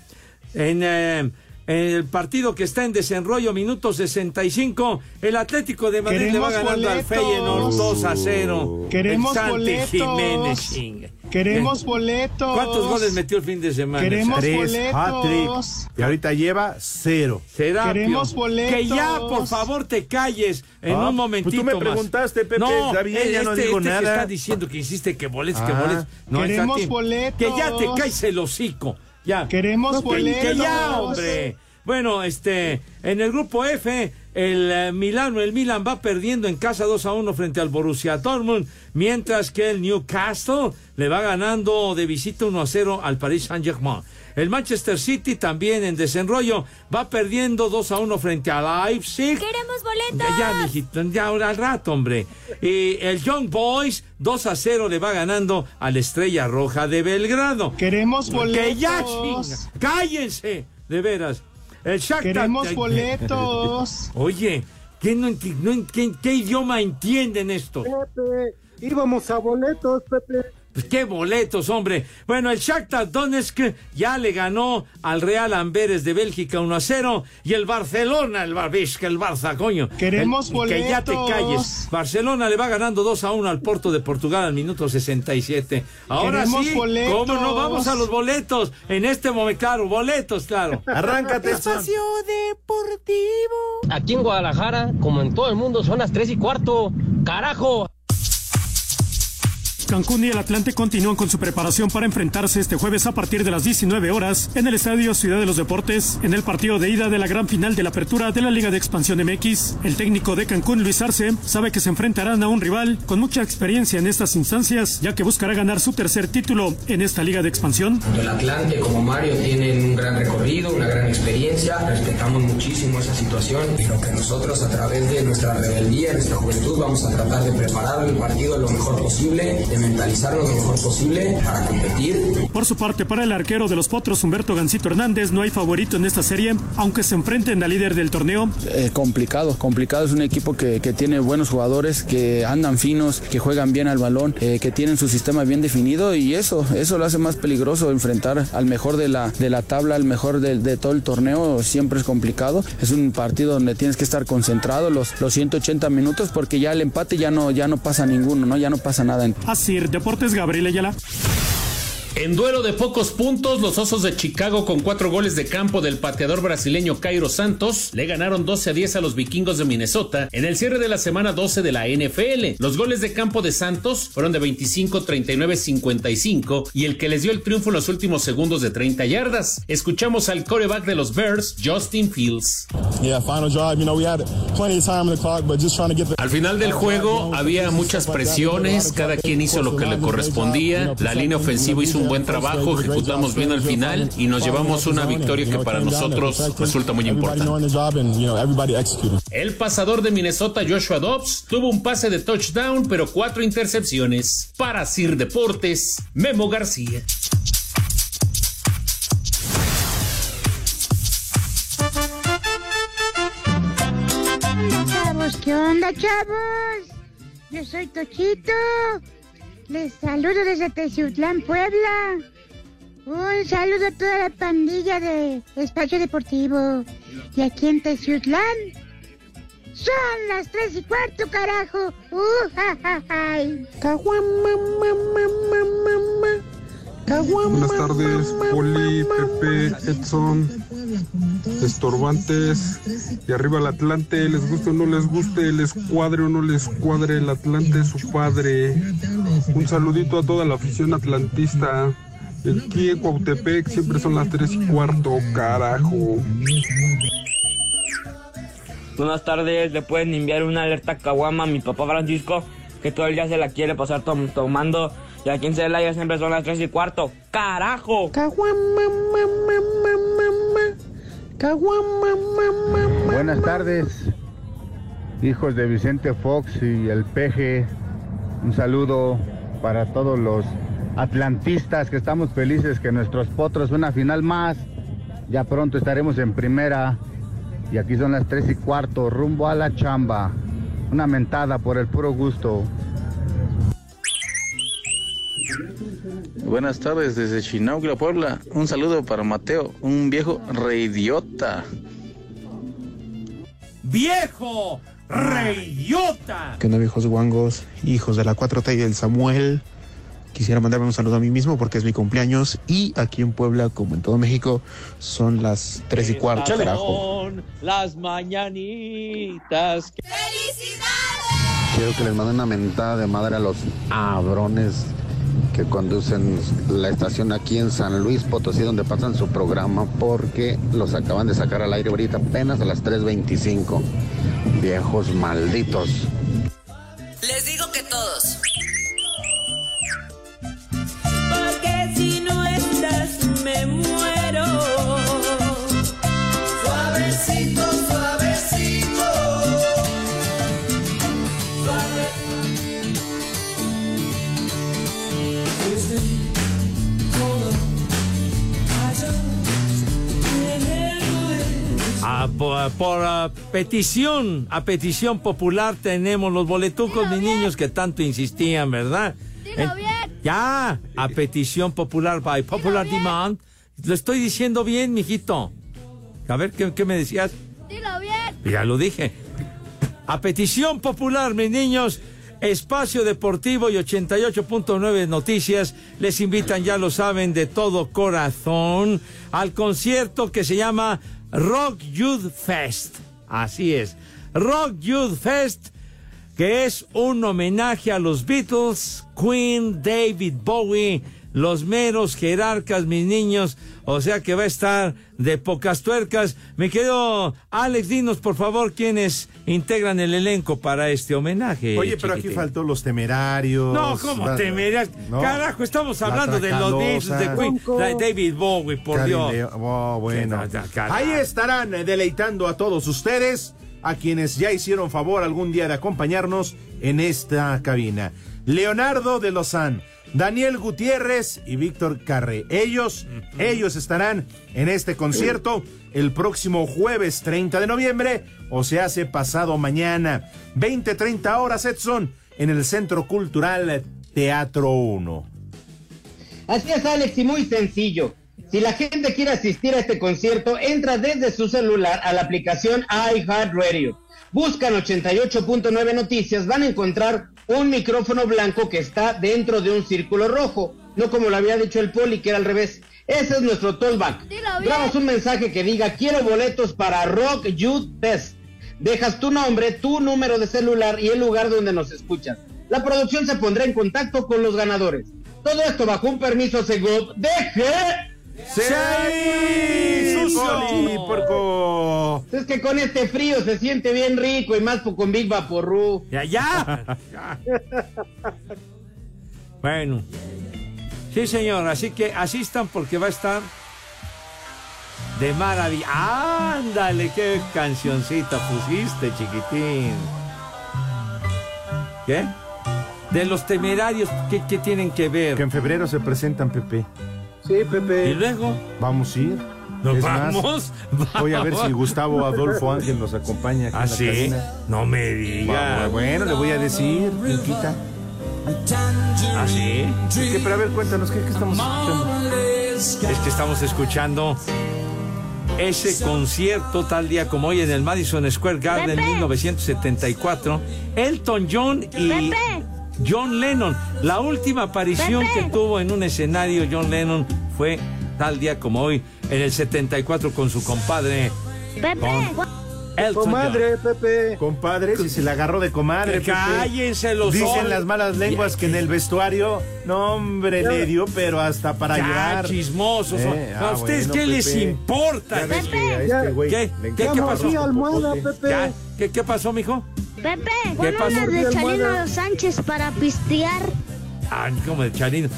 S12: En eh, El partido que está en desenrollo, minuto 65. El Atlético de Madrid
S1: Queremos
S12: le va ganando al
S1: boletos.
S12: Feyenoord 2 a 0.
S1: Queremos
S12: El Santi
S1: boletos.
S12: Jiménez, chinga.
S1: Queremos
S12: Eh,
S1: boletos.
S12: ¿Cuántos goles metió el fin de semana?
S1: Queremos
S5: Tres
S1: boletos.
S5: hat-trick. Y ahorita lleva cero.
S12: Serapio,
S5: Queremos boletos.
S12: Que ya, por favor, te calles en
S5: Ah,
S12: un momentito.
S5: pues tú me
S12: más.
S5: preguntaste, Pepe,
S12: No,
S5: está bien,
S12: este,
S5: ya no digo
S12: este que
S5: nada.
S12: está diciendo que hiciste que boletos, que
S5: Ah.
S12: boletos. No,
S5: Queremos
S12: está a tiempo.
S5: boletos.
S12: Que ya te calles el hocico. Ya.
S1: Queremos
S12: No, que- Que,
S1: boletos.
S12: ya, hombre. Bueno, este, en el grupo F, el eh, Milano, el Milan va perdiendo en casa 2 a 1 frente al Borussia Dortmund, mientras que el Newcastle le va ganando de visita 1 a 0 al Paris Saint-Germain. El Manchester City también en desenrollo va perdiendo 2 a 1 frente al Leipzig.
S2: ¡Queremos boletos!
S12: Ya, ya, mijito, ya ahora al rato, hombre. Y el Young Boys 2 a 0 le va ganando a la Estrella Roja de Belgrado.
S1: Queremos
S12: Que ya,
S1: boletos.
S12: chinga, cállense, de veras. El Shakhtar-
S1: Queremos
S12: Ay,
S1: boletos.
S12: Oye, ¿qué, no enti- no en- qué- qué idioma entienden esto?
S3: Pepe, íbamos a boletos, Pepe.
S12: Pues, ¡Qué boletos, hombre! Bueno, el Shakhtar Donetsk ya le ganó al Real Amberes de Bélgica 1 a 0 y el Barcelona, el Barbisca, el Barça, coño.
S1: Queremos
S12: El- Que ya te
S1: boletos.
S12: calles. Barcelona le va ganando 2 a 1 al Porto de Portugal al minuto 67. Ahora
S1: Queremos
S12: sí,
S1: boletos.
S12: ¿cómo no vamos a los boletos? En este momento, claro, boletos, claro.
S4: Deportivo. Aquí en Guadalajara, como en todo el mundo, son las 3 y cuarto. ¡Carajo!
S6: Cancún y el Atlante continúan con su preparación para enfrentarse este jueves a partir de las 19 horas en el Estadio Ciudad de los Deportes, en el partido de ida de la gran final de la apertura de la Liga de Expansión MX. El técnico de Cancún, Luis Arce, sabe que se enfrentarán a un rival con mucha experiencia en estas instancias, ya que buscará ganar su tercer título en esta Liga de Expansión.
S7: Tanto el Atlante como Mario tienen un gran recorrido, una gran experiencia, respetamos muchísimo esa situación, pero que nosotros a través de nuestra rebeldía, nuestra juventud, vamos a tratar de preparar el partido lo mejor posible, de mentalizarlo lo mejor posible para competir
S6: Por su parte, para el arquero de los Potros, Humberto Gancito Hernández, no hay favorito en esta serie, aunque se enfrenten al líder del torneo,
S9: Eh, complicado, complicado. Es un equipo que, que tiene buenos jugadores, que andan finos, que juegan bien al balón, eh, que tienen su sistema bien definido y eso, eso lo hace más peligroso enfrentar al mejor de la, de la tabla, al mejor de, de todo el torneo. Siempre es complicado. Es un partido donde tienes que estar concentrado los, los 180 minutos porque ya el empate ya no, ya no pasa ninguno, ¿no? ya no pasa nada.
S6: Así, Deportes Gabriel Ayala.
S20: En duelo de pocos puntos, los Osos de Chicago con cuatro goles de campo del pateador brasileño Cairo Santos le ganaron 12 a 10 a los vikingos de Minnesota en el cierre de la semana 12 de la NFL. Los goles de campo de Santos fueron de 25, 39, 55 y el que les dio el triunfo en los últimos segundos de 30 yardas. Escuchamos al coreback de los Bears, Justin Fields.
S10: Yeah, final drive. You know, we had plenty of time on the clock, but just trying to get the.
S20: Al final del juego había muchas presiones, cada quien hizo lo que le correspondía, la línea ofensiva hizo un buen trabajo, ejecutamos bien al final y nos llevamos una victoria que para nosotros resulta muy
S10: Everybody
S20: importante.
S10: knowing the job and you know everybody executing.
S20: El pasador de Minnesota Joshua Dobbs tuvo un pase de touchdown pero cuatro intercepciones. Para Sir Deportes, Memo García.
S11: onda, chavos? ¿Qué onda, chavos? Yo soy Tochito. Les saludo desde Teciutlán, Puebla. Un saludo a toda la pandilla de Espacio Deportivo. Y aquí en Teciutlán son las tres y cuarto, carajo. Uh, ja, ja, ja. Caguama, ma, ma, ma, ma, ma. Caguama, Buenas tardes, Poli, Pepe, Edson, estorbantes. Y arriba el Atlante, les guste o no les guste, les cuadre o no les cuadre, el Atlante es su padre. Un saludito a toda la afición atlantista. Aquí en Cuautepec siempre son las tres y cuarto, carajo.
S30: Buenas tardes, le pueden enviar una alerta a Caguama a mi papá Francisco, que todo el día se la quiere pasar tom- tomando. Y aquí en Celaya siempre son las 3 y cuarto. ¡Carajo!
S11: Caguama, ma, ma, ma, ma, ma. Caguama, ma, ma, ma.
S31: Buenas tardes, hijos de Vicente Fox y el Peje. Un saludo para todos los atlantistas que estamos felices que nuestros potros una final más. Ya pronto estaremos en primera. Y aquí son las tres y cuarto, rumbo a la chamba. Una mentada por el puro gusto.
S1: Buenas tardes desde Chinaugla, Puebla. Un saludo para Mateo, un viejo reidiota.
S12: ¡Viejo! ¡Reyota!
S2: ¿Qué onda, viejos guangos? Hijos de la 4T y el Samuel. Quisiera mandarme un saludo a mí mismo porque es mi cumpleaños y aquí en Puebla, como en todo México, son las 3 y cuarto, carajo.
S13: Son las mañanitas. que-
S16: Quiero que les mande una mentada de madre a los abrones que conducen la estación aquí en San Luis Potosí, donde pasan su programa, porque los acaban de sacar al aire ahorita apenas a las 3.25. Viejos malditos.
S2: Les digo que todos. Porque si no estás, me muero. Suavecito, suavecito.
S12: Ah, po- ah, por, ah, petición, a petición popular tenemos los boletucos, mis niños que tanto insistían, ¿verdad? En- Ya, a petición popular, by popular demand. Lo estoy diciendo bien, mijito. A ver, ¿qué, qué me decías?
S16: Dilo bien.
S12: Ya lo dije. A petición popular, mis niños, Espacio Deportivo y 88.9 Noticias les invitan, ya lo saben, de todo corazón al concierto que se llama Rock Youth Fest. Así es. Rock Youth Fest, que es un homenaje a los Beatles, Queen, David Bowie, los meros jerarcas, mis niños. O sea que va a estar de pocas tuercas. Mi querido Alex, dinos por favor quiénes integran el elenco para este homenaje.
S5: Oye, pero aquí
S12: chiquitín.
S5: faltó los temerarios.
S12: No, ¿cómo
S5: Va-
S12: temerarios? Carajo, estamos
S5: La
S12: hablando de los Beatles, de
S5: Tracalosa.
S12: Queen, de David Bowie, por
S5: Karin
S12: Dios.
S5: Leo- Oh, bueno.
S12: Sí, no, carajo.
S5: Ahí estarán eh, deleitando a todos ustedes, a quienes ya hicieron favor algún día de acompañarnos en esta cabina. Leonardo de Lozán, Daniel Gutiérrez y Víctor Carré. Ellos, ellos estarán en este concierto el próximo jueves 30 de noviembre, o se hace pasado mañana, 20-30 horas, Edson, en el Centro Cultural Teatro 1.
S15: Así es, Alex, y muy sencillo. Si la gente quiere asistir a este concierto, entra desde su celular a la aplicación iHeartRadio. Buscan 88.9 Noticias, van a encontrar un micrófono blanco que está dentro de un círculo rojo, no como lo había dicho el poli, que era al revés. Ese es nuestro tollback. Damos un mensaje que diga, quiero boletos para Rock Youth Fest. Dejas tu nombre, tu número de celular y el lugar donde nos escuchas. La producción se pondrá en contacto con los ganadores. Todo esto bajo un permiso Segov de G.
S5: Poli, porco.
S15: Es que con este frío se siente bien rico y más con Big Vaporru.
S12: Ya, ya. Bueno. Sí, señor, así que asistan porque va a estar de maravilla. Ándale, qué cancioncita pusiste, chiquitín. ¿Qué? De los temerarios, ¿qué, qué tienen que ver?
S5: Que en febrero se presentan, Pepe.
S3: Sí, Pepe.
S12: ¿Y luego?
S5: Vamos a ir.
S12: ¿Nos
S5: Es más,
S12: vamos?
S5: Voy a ver si Gustavo Adolfo Ángel nos acompaña. Aquí
S12: ¿Ah, sí? No me diga.
S5: Ah, Bueno, le voy a decir, Niquita.
S12: ¿Ah, sí?
S5: Es que, pero a ver, cuéntanos, ¿qué, qué estamos escuchando?
S12: Es que estamos escuchando ese concierto tal día como hoy en el Madison Square Garden en 1974. Elton John y John Lennon. La última aparición que tuvo en un escenario John Lennon fue tal día como hoy en el 74 con su compadre. con Elton
S3: Comadre,
S5: Pepe. Compadre, si se la agarró de comadre.
S12: Que cállense los
S5: Dicen
S12: hombres.
S5: las malas lenguas que en el vestuario, no, hombre, le dio, pero hasta para
S12: Ya,
S5: llorar. Eh, ah,
S12: chismosos son. ¿A ustedes qué les importa?
S5: Ya ves que a
S12: Pepe.
S5: este güey
S12: ¿Qué?
S5: le
S12: ¿Qué- qué
S5: encanta
S12: pasó?
S5: su
S3: almohada,
S5: popote.
S3: Pepe.
S12: Ya, ¿Qué, qué pasó, mijo?
S16: Pepe,
S12: ¿Qué
S16: pon
S12: pasó?
S16: una de Chalino Sánchez para pistear.
S12: Ah, como el Charino.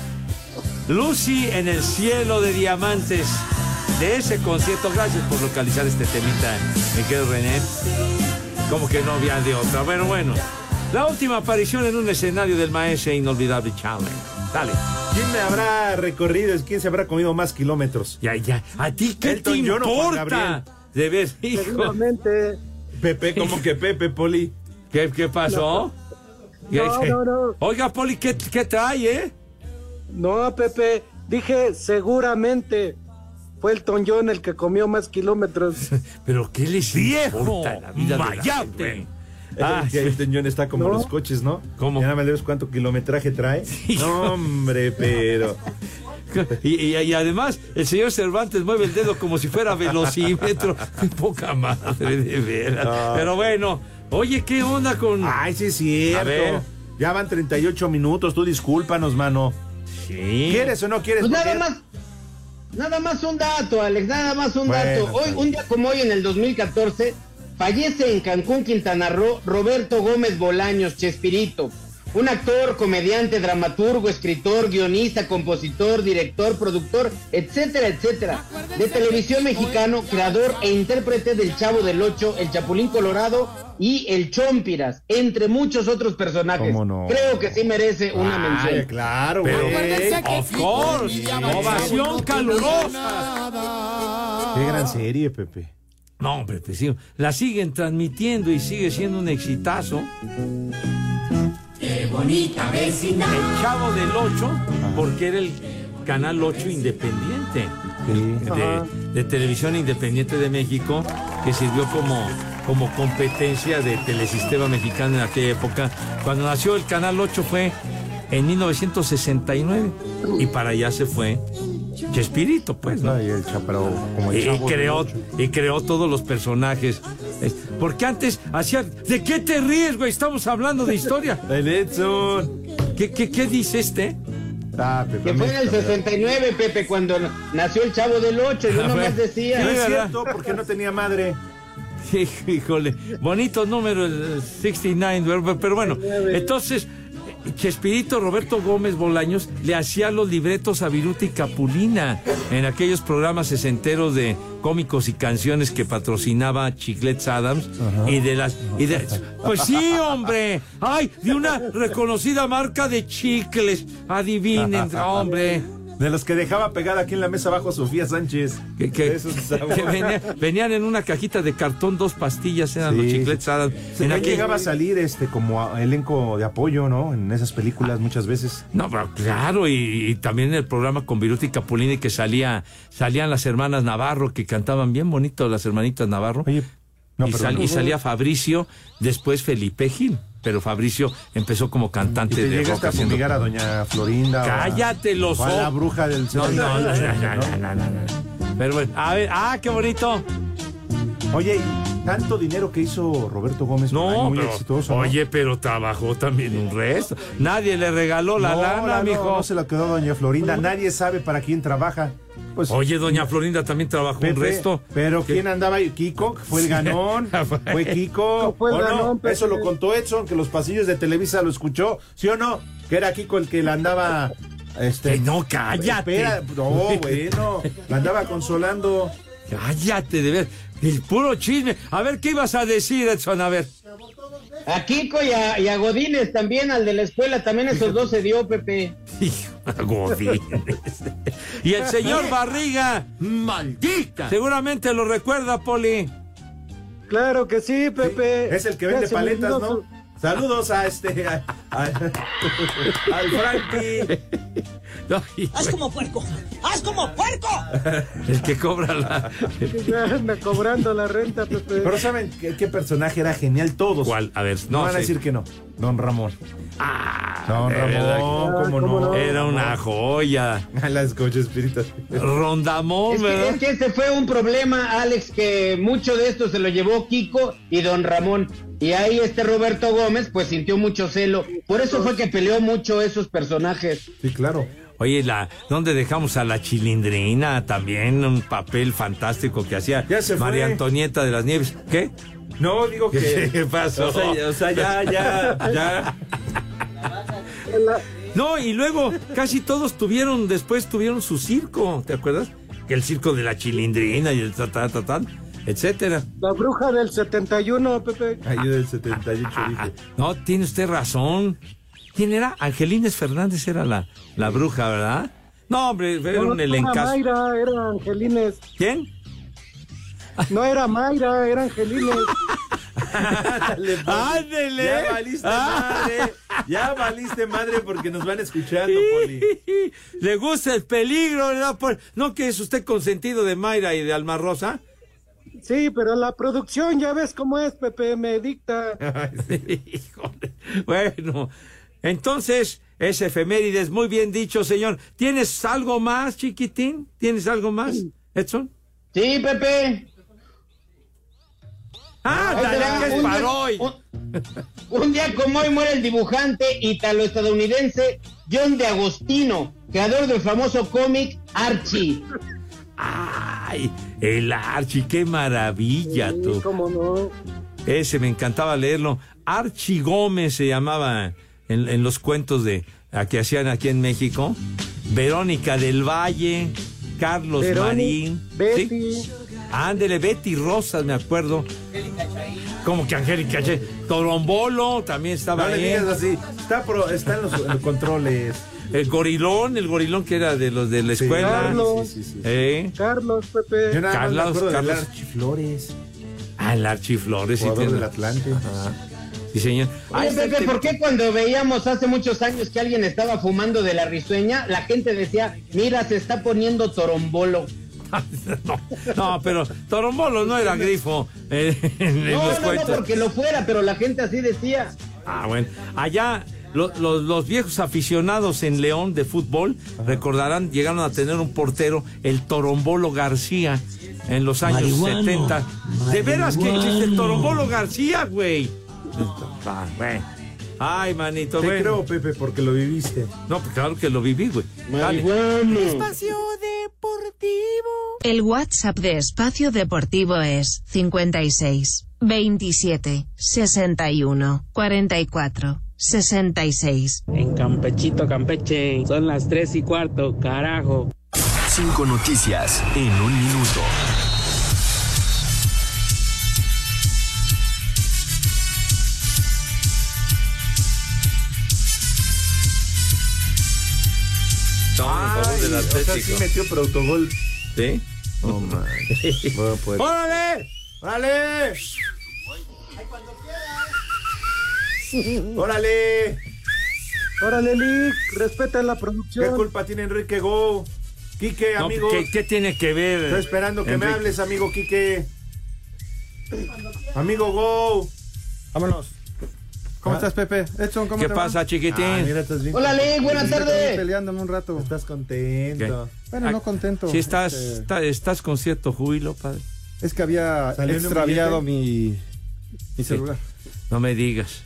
S12: Lucy en el cielo de diamantes. De ese concierto, gracias por localizar este temita, mi querido René. Como que no había de otra. Bueno, bueno. La última aparición en un escenario del maestro e inolvidable Challenge. Dale.
S5: ¿Quién me habrá recorrido? ¿Quién se habrá comido más kilómetros?
S12: Ya, ya. ¿A ti ¿Qué te importa? De vez, hijo.
S3: Seguramente.
S5: Pepe, ¿cómo que Pepe, Poli?
S12: ¿Qué, qué pasó?
S3: No, no, no.
S12: Oiga, Poli, ¿qué, qué trae, eh?
S3: No, Pepe, dije seguramente. Fue el John el que comió más kilómetros.
S12: Pero qué les
S5: Viejo
S12: importa la vida de la
S5: mayate.
S12: gente?
S5: Ah,
S12: Ah,
S5: que el Teñón está como
S12: ¿No?
S5: los coches, ¿no? ¿Cómo? Ya no me lees cuánto kilometraje trae. Ah. No, hombre, pero.
S12: Y, y- y además, el señor Cervantes mueve el dedo como si fuera velocímetro. Qué poca madre, de veras.
S5: No.
S12: Pero bueno, oye, ¿qué onda con.
S5: Ay, sí, es cierto.
S12: A ver.
S5: Ya van 38 minutos, tú discúlpanos, mano.
S12: Sí.
S5: ¿Quieres o no quieres?
S15: Pues nada
S5: Porque-
S15: más, nada más un dato, Alex, nada más un
S5: Bueno,
S15: dato. Hoy, un día como hoy en el 2014, fallece en Cancún, Quintana Roo, Roberto Gómez Bolaños, Chespirito. Un actor, comediante, dramaturgo, escritor, guionista, compositor, director, productor, etcétera, etcétera. De televisión mexicano, creador e intérprete del Chavo del Ocho, El Chapulín Colorado y El Chompiras, entre muchos otros personajes.
S5: ¿Cómo no?
S15: Creo que sí merece una
S5: Ay,
S15: mención.
S5: claro,
S12: Pero,
S5: güey.
S12: of course, ovación calurosa.
S5: Qué gran serie, Pepe.
S12: No, hombre, pues sí, la siguen transmitiendo y sigue siendo un exitazo. Qué bonita vecina. El Chavo del 8, porque era el canal 8 independiente.
S5: Ajá.
S12: De, de Televisión Independiente de México, que sirvió como, como competencia de Telesistema Mexicano en aquella época. Cuando nació el Canal 8 fue en 1969 y para allá se fue Chespirito, pues. ¿no?
S5: el
S12: y, y
S5: Chavo del
S12: creó,
S5: Ocho.
S12: y creó todos los personajes. Es- Porque antes hacía... ¿De qué te ríes, güey? Estamos hablando de historia.
S5: El Edson.
S12: ¿Qué, qué, qué dice este?
S5: Ah,
S15: Que fue en el 69, Pepe, cuando nació el Chavo del 8. Yo
S12: Ah,
S15: nomás
S12: bueno.
S15: decía.
S12: Sí,
S5: No es
S12: ¿verdad?
S5: cierto, porque no tenía madre.
S12: Sí, Híjole, bonito número el 69, pero- pero bueno, entonces Chespirito Roberto Gómez Bolaños le hacía los libretos a Viruta y Capulina en aquellos programas sesenteros de cómicos y canciones que patrocinaba Chiclets Adams y de las y de- pues sí, hombre, ay, de una reconocida marca de chicles, adivinen, hombre.
S5: De los que dejaba pegada aquí en la mesa abajo Sofía Sánchez.
S12: Que, que-
S5: De esos sabores.
S12: que venía- venían en una cajita de cartón dos pastillas, eran los
S5: Sí,
S12: chiclets Adams.
S5: Sí,
S12: En
S5: ya
S12: aquel-
S5: llegaba a salir este como a- elenco de apoyo, ¿no? En esas películas muchas veces.
S12: No, pero Ah, pues claro, y, y también el programa con Viruta y Capulini que salía, salían las hermanas Navarro, que cantaban bien bonito las hermanitas Navarro.
S5: no,
S12: y,
S5: pero
S12: sal-
S5: no.
S12: y salía Fabricio, después Felipe Gil. Pero Fabricio empezó como
S5: Y
S12: cantante
S5: te
S12: de rock
S5: llegaste a
S12: haciendo-
S5: fumigar a doña Florinda. o a-
S12: Cállate los
S5: o a la
S12: ojos.
S5: bruja del
S12: No, no, no, no,
S5: 69,
S12: no, no, no, no. Pero bueno, a ver, ah, qué bonito.
S5: Oye, y tanto dinero que hizo Roberto Gómez.
S12: No,
S5: muy
S12: pero-
S5: exitoso. ¿no?
S12: Oye, pero trabajó también un resto. Nadie le regaló la
S5: No,
S12: lana,
S5: no,
S12: mijo.
S5: No se la quedó doña Florinda. Nadie sabe para quién trabaja. Pues,
S12: Oye, doña Florinda también trabajó
S5: Pepe,
S12: un resto.
S5: Pero
S12: ¿Qué?
S5: ¿quién andaba ahí? ¿Kiko? ¿Fue el
S12: Sí.
S5: ganón? ¿Fue Kiko?
S3: Fue el
S5: ¿O no?
S3: ganón, Pepe.
S5: Eso lo contó Edson, que los pasillos de Televisa lo escuchó. ¿Sí o no? Que era Kiko el que la andaba... Este,
S12: Que Eh, no, cállate.
S5: Espera, no, bueno. La andaba consolando.
S12: Cállate, de ver. El puro chisme. A ver, ¿qué ibas a decir, Edson? A ver.
S15: A Kiko y a, y a Godínez también, al de la escuela, también esos dos se dio, Pepe.
S12: Hijo, Godínez. y el señor Barriga. Maldita. Seguramente lo recuerda, Poli.
S3: Claro que sí, Pepe.
S5: Es el que vende
S3: Ya se me
S5: paletas,
S3: olvidó
S5: ¿no?
S3: su-
S5: Saludos a este... a- a- al Frankie.
S12: No, hijo,
S8: como puerco! ¡Haz como puerco!
S12: el que cobra la.
S3: Ya anda cobrando la renta, Pepe.
S5: Pero ¿saben qué, qué personaje era genial? Todos.
S12: ¿Cuál? A ver,
S5: No,
S12: no.
S5: van
S12: sé.
S5: a decir que no. Don Ramón.
S12: Ah,
S5: Don
S12: de verdad.
S5: Ramón, cómo
S3: ¿cómo
S5: no.
S3: no?
S12: Era una joya.
S5: A las coches espíritas.
S12: Rondamón,
S15: Es que,
S12: ¿verdad?
S15: es que ese fue un problema, Alex, que mucho de esto se lo llevó Kiko y Don Ramón. Y ahí este Roberto Gómez, pues sintió mucho celo. Por eso fue que peleó mucho esos personajes.
S5: Sí, claro.
S12: Oye, la, ¿dónde dejamos a la chilindrina? También un papel fantástico que hacía
S5: Ya se fue.
S12: María Antonieta de las Nieves. ¿Qué?
S5: No, digo que.
S12: ¿Qué pasó?
S5: O sea, o sea, ya, ya, ya.
S12: No, y luego casi todos tuvieron, después tuvieron su circo, ¿te acuerdas? Que el circo de la chilindrina y el ta, ta, ta, ta, etcétera.
S3: La bruja del 71, Pepe.
S5: Ahí del 78
S12: Ah,
S5: dije.
S12: no, tiene usted razón. ¿Quién era? Angelines Fernández era la, la bruja, ¿verdad? No, hombre, era
S3: No,
S12: un
S3: no era
S12: elencazo.
S3: Mayra, era Angelines.
S12: ¿Quién?
S3: No era Mayra, era Angelines.
S12: Ándale, pues.
S5: Ándele.
S12: Ya valiste madre. Ya valiste madre porque nos van escuchando, Poli. Le gusta el peligro, ¿verdad, Poli? ¿No que es usted consentido de Mayra y de Alma Rosa?
S3: Sí, pero la producción ya ves cómo es, Pepe, me dicta.
S12: Híjole. Bueno, entonces es efemérides, muy bien dicho, señor. ¿Tienes algo más, chiquitín? ¿Tienes algo más, Edson?
S15: Sí, Pepe.
S12: Ah,
S15: Ahí te
S12: dale,
S15: va,
S12: que es
S15: un día-
S12: para hoy.
S15: Un, un día como hoy muere el dibujante italo-estadounidense John de Agostino, creador del famoso cómic Archie.
S12: Ay, el Archie, qué maravilla, tú.
S3: ¿Cómo no?
S12: Ese me encantaba leerlo. Archie Gómez se llamaba en, en los cuentos de a que hacían aquí en México. Verónica del Valle, Carlos
S3: Verónica,
S12: Marín.
S3: Betty.
S12: ¿sí? Ándele, Betty Rosas, me acuerdo. Como que Angélica Che. Torombolo también estaba
S5: No le
S12: ahí.
S5: digas así. Está, pro- está en los, en los controles.
S12: El gorilón, el gorilón que era de los de la escuela.
S5: Carlos.
S12: ¿Eh?
S3: Carlos, Pepe.
S5: Yo nada más me
S12: Carlos,
S5: acuerdo de
S12: Carlos.
S5: Archie Flores,
S12: Ah, el Archiflores. Sí,
S5: jugador
S12: tiene-
S5: del Atlante.
S12: sí, señor.
S15: Oye, Pepe, ¿por qué cuando veíamos hace muchos años que alguien estaba fumando de la risueña, la gente decía, mira, se está poniendo torombolo?
S12: No, pero Torombolo no era grifo eh, en, en
S15: No,
S12: los
S15: no, no,
S12: cuentos.
S15: porque lo fuera, pero la gente así decía.
S12: Ah, bueno. Allá lo- lo- los viejos aficionados en León de fútbol recordarán, llegaron a tener un portero, el Torombolo García, en los años
S32: Marihuano.
S12: 70. De veras que existe el
S32: Marihuano.
S12: Torombolo García, güey. Ah, bueno. Ay, manito,
S5: Te creo,
S12: bueno.
S5: Pepe, porque lo viviste.
S12: No, pues claro que lo viví, güey. Dale.
S21: Espacio Deportivo. El WhatsApp de Espacio Deportivo es 56 27 61 44 66.
S32: En Campechito, Campeche, son las tres y cuarto, carajo.
S33: Cinco noticias en un minuto.
S12: Ay,
S5: o sea, sí metió pero autogol.
S12: ¿Sí?
S5: No, man. Bueno, pues.
S12: ¡Órale! ¡Órale!
S5: ¡Órale!
S3: Órale, Lick, respeta la producción.
S5: ¿Qué culpa tiene Enrique Go? Quique,
S12: No,
S5: amigo.
S12: ¿qué, qué tiene que ver?
S5: Estoy esperando que me
S12: Enrique?
S5: hables, amigo Quique. Amigo Go. Vámonos. ¿Cómo estás, Pepe? Edson,
S12: Ah. ¿Qué pasa, chiquitín?
S15: Hola, Lick, buenas tardes.
S5: peleándome un rato. Estás contento.
S34: Bueno, no contento.
S12: Sí, estás,
S34: Este,
S12: está- estás con cierto júbilo, padre.
S34: Es que había
S5: ¿Salió en un
S34: extraviado
S5: billete?
S34: mi, mi
S12: Sí.
S34: celular.
S12: No me digas.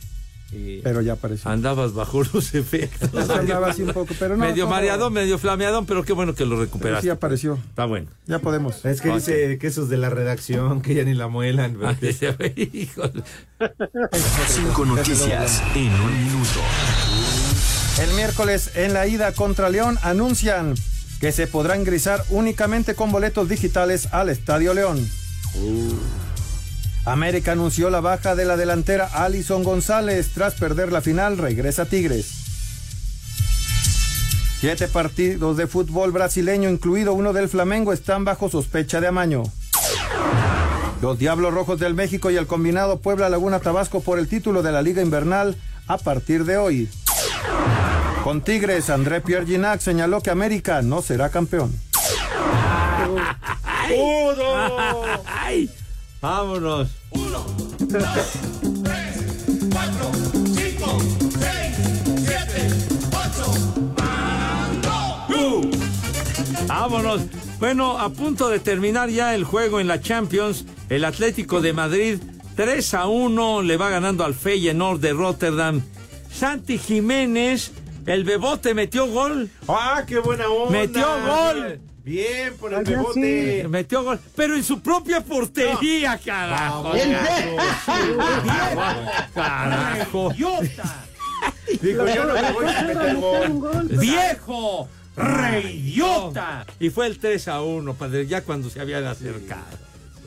S34: Pero ya apareció.
S12: Andabas bajo los efectos.
S34: Es que andaba así un poco, pero no.
S12: medio
S34: todo-
S12: mareadón, medio flameadón, pero qué bueno que lo
S34: pero
S12: recuperaste.
S34: Sí apareció.
S12: Está bueno.
S34: Ya podemos.
S5: Es que dice que esos de la redacción que ya ni la muelan. ¿verdad?
S12: Ah,
S33: Cinco noticias en un minuto.
S34: El miércoles en la ida contra León anuncian que se podrá ingresar únicamente con boletos digitales al Estadio León. América anunció la baja de la delantera Alison González tras perder la final, regresa Tigres. Siete partidos de fútbol brasileño, incluido uno del Flamengo, están bajo sospecha de amaño. Los Diablos Rojos del México y el combinado Puebla Laguna Tabasco por el título de la Liga Invernal a partir de hoy. Con Tigres, André Pierre Ginac señaló que América no será campeón.
S12: ¡Uno! ¡Ay! ¡Vámonos! ¡Uh! ¡Vámonos! Bueno, a punto de terminar ya el juego en la Champions, el Atlético de Madrid 3 a 1 le va ganando al Feyenoord de Rotterdam. Santi Jiménez, el bebote metió gol.
S5: ¡Ah, qué buena onda!
S12: ¡Metió gol!
S5: Bien, por el bebote.
S12: Metió gol, pero en su propia portería, carajo.
S5: Vamos,
S12: carajo.
S5: Dijo, yo no me voy a meter gol.
S12: ¡Viejo! ¡Reyota! Y fue el 3 a 1, padre, ya cuando se habían acercado.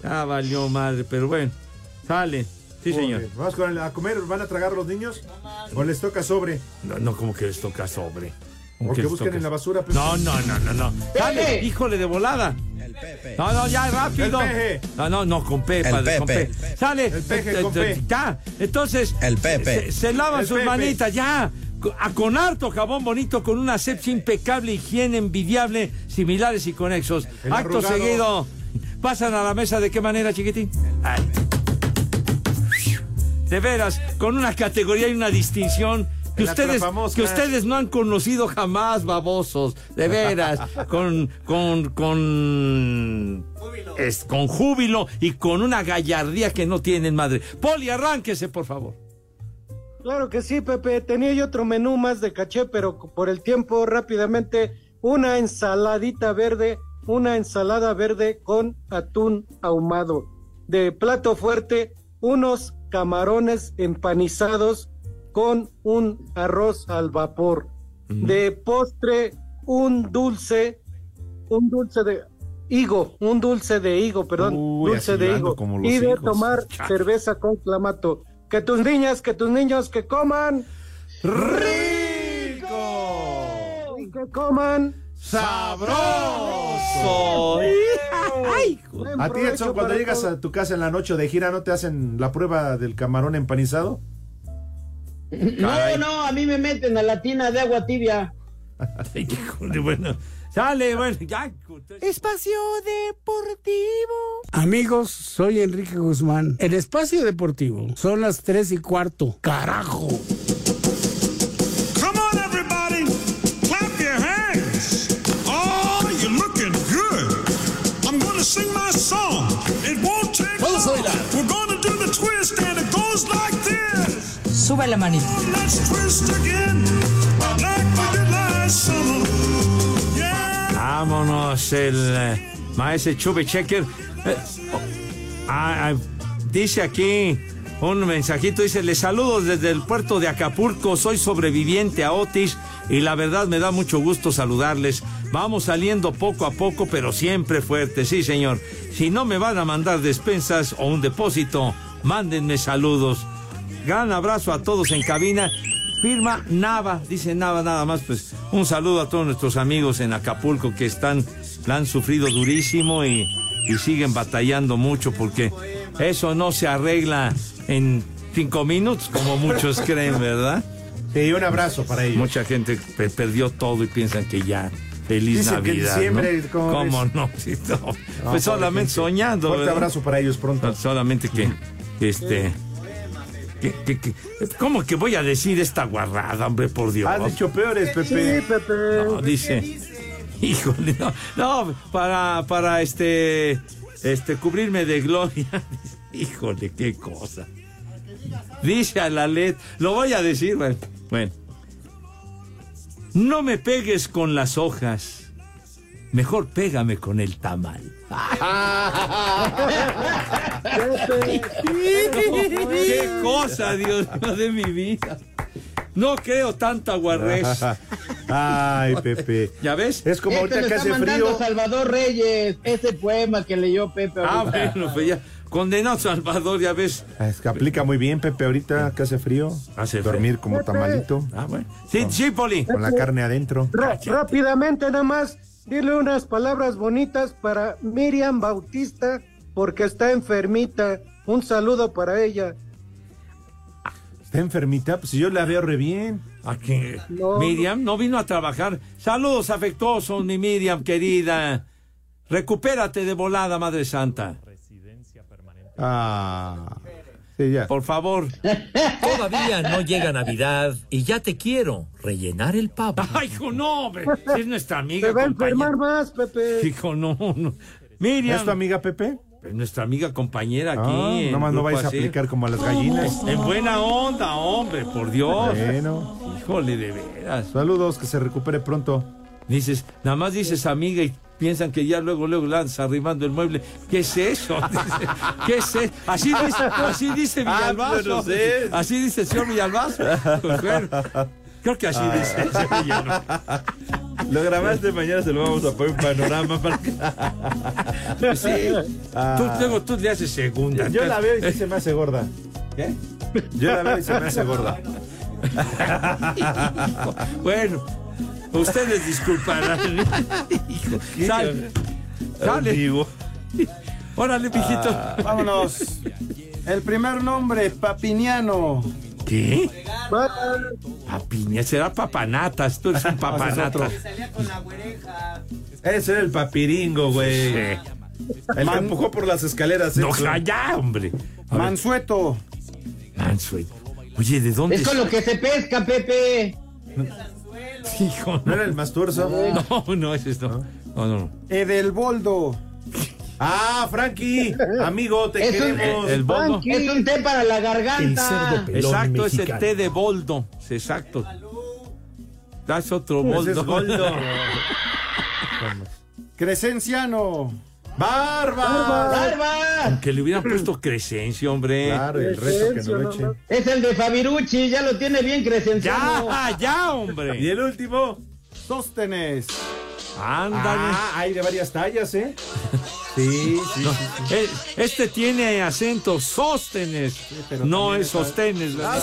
S14: Ah,
S12: Ya valió madre, pero bueno, sale. Sí,
S5: Pobre.
S12: señor.
S5: Vamos con el- a comer, ¿van a tragar los niños? ¿O les toca sobre?
S12: No, no, como que les toca sobre. Como
S5: Porque
S12: que les
S5: busquen
S12: toca-
S5: en la basura. pues.
S12: No, no, no, no, no. Sale, híjole de volada. No, no, ya rápido.
S5: El peje.
S12: No, no, no, con P,
S4: El
S12: padre, con
S4: Pepe.
S12: P. Sale.
S5: peje con
S12: Eh, eh,
S5: P.
S12: Ya. Entonces.
S4: El
S12: Se,
S4: Pepe.
S12: se lavan
S4: El
S12: sus
S4: Pepe.
S12: manitas, ya. Co- a- Con harto jabón bonito, con una asepsia impecable, higiene envidiable, similares y conexos.
S5: El
S12: Acto
S5: arrugado.
S12: seguido, pasan a la mesa de qué manera, chiquitín. Ay. De veras, con una categoría y una distinción que
S5: El
S12: ustedes,
S5: atrapamoscas.
S12: que ustedes no han conocido jamás, babosos. De veras, con, con, con, es, con júbilo y con una gallardía que no tienen madre. Poli, arránquese, por favor.
S3: Claro que sí, Pepe. Tenía yo otro menú más de caché, pero c- por el tiempo rápidamente una ensaladita verde, una ensalada verde con atún ahumado. De plato fuerte, unos camarones empanizados con un arroz al vapor. De postre, un dulce, un dulce de higo, un dulce de higo, perdón,
S5: Uy,
S3: dulce
S5: así
S3: de
S5: ando
S3: higo.
S5: como los
S3: Y de
S5: higos.
S3: tomar
S5: Chale.
S3: cerveza con clamato. Que tus niñas, que tus niños, que coman. ¡Rico! Y que coman.
S5: ¡Sabroso!
S3: ¡Ay!
S5: A ti, Edson, cuando llegas a tu casa en la noche o de gira, ¿no te hacen la prueba del camarón empanizado?
S15: No, no, a mí me meten a la tina de agua tibia.
S12: Ay, híjole, bueno. Sale, bueno, ya.
S8: Espacio Deportivo.
S14: Amigos, soy Enrique Guzmán. El espacio deportivo son las 3 y cuarto. ¡Carajo!
S8: Come on, everybody. Clap your hands. Oh, you're looking good. I'm going to sing my song. It won't take long. We're going to do the twist, and it goes like this.
S23: Sube la manita.
S8: Let's twist again, like we did last summer.
S12: Vámonos, el eh, maestro Chube Checker. Eh, oh, ah, ah, dice aquí un mensajito, dice, les saludo desde el puerto de Acapulco, soy sobreviviente a Otis y la verdad me da mucho gusto saludarles. Vamos saliendo poco a poco, pero siempre fuerte, sí señor. Si no me van a mandar despensas o un depósito, mándenme saludos. Gran abrazo a todos en cabina. Firma Nava, dice Nava nada más, pues un saludo a todos nuestros amigos en Acapulco que están, la han sufrido durísimo y, y siguen batallando mucho porque eso no se arregla en cinco minutos, como muchos creen, ¿verdad?
S5: Sí, un abrazo para ellos.
S12: Mucha gente pe- perdió todo y piensan que ya, feliz
S5: Dicen que en
S12: Navidad.
S5: diciembre,
S12: ¿no?
S5: ¿cómo
S12: ¿Cómo
S5: ves?
S12: no? Sí, no.
S5: No, pobre
S12: pues solamente
S5: gente.
S12: soñando.
S5: Fuerte
S12: ¿verdad?
S5: abrazo para ellos pronto.
S12: No, solamente que, este... que- que- que- ¿Cómo que voy a decir esta guarrada, hombre, por Dios?
S5: Has dicho peores, Pepe.
S3: Sí, Pepe.
S12: No, dice. Híjole, no, no, para, para este, este, cubrirme de gloria. Híjole, qué cosa. Dice a la LED, lo voy a decir, bueno, bueno. No me pegues con las hojas, mejor pégame con el tamal. ¡Qué cosa, Dios mío, de mi vida! No creo tanta guarrez.
S5: Ay, Pepe.
S12: ¿Ya ves?
S5: Es como
S15: este
S5: ahorita
S15: lo
S5: que
S15: está
S5: hace
S15: mandando
S5: frío.
S15: Salvador Reyes, ese poema que leyó Pepe.
S12: Ah,
S15: ahorita.
S12: bueno, pues ya. Condenado Salvador, ya ves.
S5: Ah, Es que aplica muy bien, Pepe, ahorita que hace frío.
S12: Hace
S5: Dormir como
S3: Pepe.
S5: tamalito.
S12: Ah, bueno. Sí, sí, Poli.
S5: Con la carne adentro.
S3: Ra- rápidamente nada más, dile unas palabras bonitas para Miriam Bautista, porque está enfermita. Un saludo para ella.
S5: Está enfermita, pues si yo la veo re bien.
S12: ¿A qué? Miriam no vino a trabajar. Saludos afectuosos, mi Miriam querida. Recupérate de volada, Madre Santa.
S5: Ah.
S12: Por favor.
S24: Todavía no llega Navidad y ya te quiero rellenar el pavo.
S12: Ay, hijo, no, hombre. Es nuestra amiga.
S3: Se va a
S12: compañera.
S3: enfermar más, Pepe.
S12: Hijo, no, no. Miriam.
S5: ¿Es tu amiga Pepe?
S12: Es nuestra amiga compañera aquí.
S5: Ah,
S12: en
S5: nomás no
S12: Grupo
S5: vais a
S12: AC.
S5: aplicar como a las gallinas.
S12: En buena onda, hombre, por Dios.
S5: Bueno.
S12: Híjole, de veras.
S5: Saludos, que se recupere pronto.
S12: Dices, nada más dices amiga y piensan que ya luego, luego lanza arrimando el mueble. ¿Qué es eso? Dice, ¿Qué es eso? Así dice, así dice
S5: Ah,
S12: Villalbazo. Ah,
S5: pues, no sé.
S12: Así dice el señor Villalbazo. Pues Bueno, creo que así
S5: Ah.
S12: dice el señor Villalbazo.
S4: Lo grabaste, mañana se lo vamos a poner en panorama para que
S12: Pues sí. Tú,
S5: Ah.
S12: luego tú le haces segunda.
S5: Yo la veo y sí se me hace gorda.
S12: ¿Qué?
S5: Yo la veo y se me hace gorda.
S12: Bueno, ustedes disculparán. Hijo, sal- Dale. Órale,
S34: mijito. Ah, vámonos. El primer nombre, Papiniano.
S12: ¿Qué? Papiña, será papanatas. Tú eres un
S5: otro.
S12: papanatas.
S5: Ese era el papiringo, güey. El que empujó por las escaleras.
S12: No,
S5: eso.
S12: ya, hombre.
S34: Mansueto.
S12: ¿eh? Mansueto. Oye, ¿de dónde?
S15: Es con lo que se pesca, Pepe.
S12: Hijo,
S5: ¿No era el Masturzo?
S12: No, no, ese es no. No, no, no.
S34: Edelboldo.
S5: Ah, Frankie, amigo, te
S12: Es un-
S5: queremos.
S12: el- el boldo.
S15: Es un té para la garganta.
S12: Exacto, ese té de boldo. Sí, Exacto. Das otro
S5: Pues
S12: boldo.
S34: Ese es boldo. Crescenciano.
S5: Barba.
S15: ¡Barba!
S12: Aunque le hubieran puesto Crescencio, hombre.
S5: Claro, el resto que no lo eche.
S15: Es el de Fabirucci, ya lo tiene bien crecenciano.
S12: Ya, ya, hombre.
S5: Y el último.
S34: Sóstenes.
S12: Ándale.
S5: Ah, hay de varias tallas, ¿eh?
S12: Sí, sí, Este tiene acento sóstenes. no es sostenes, ¿verdad?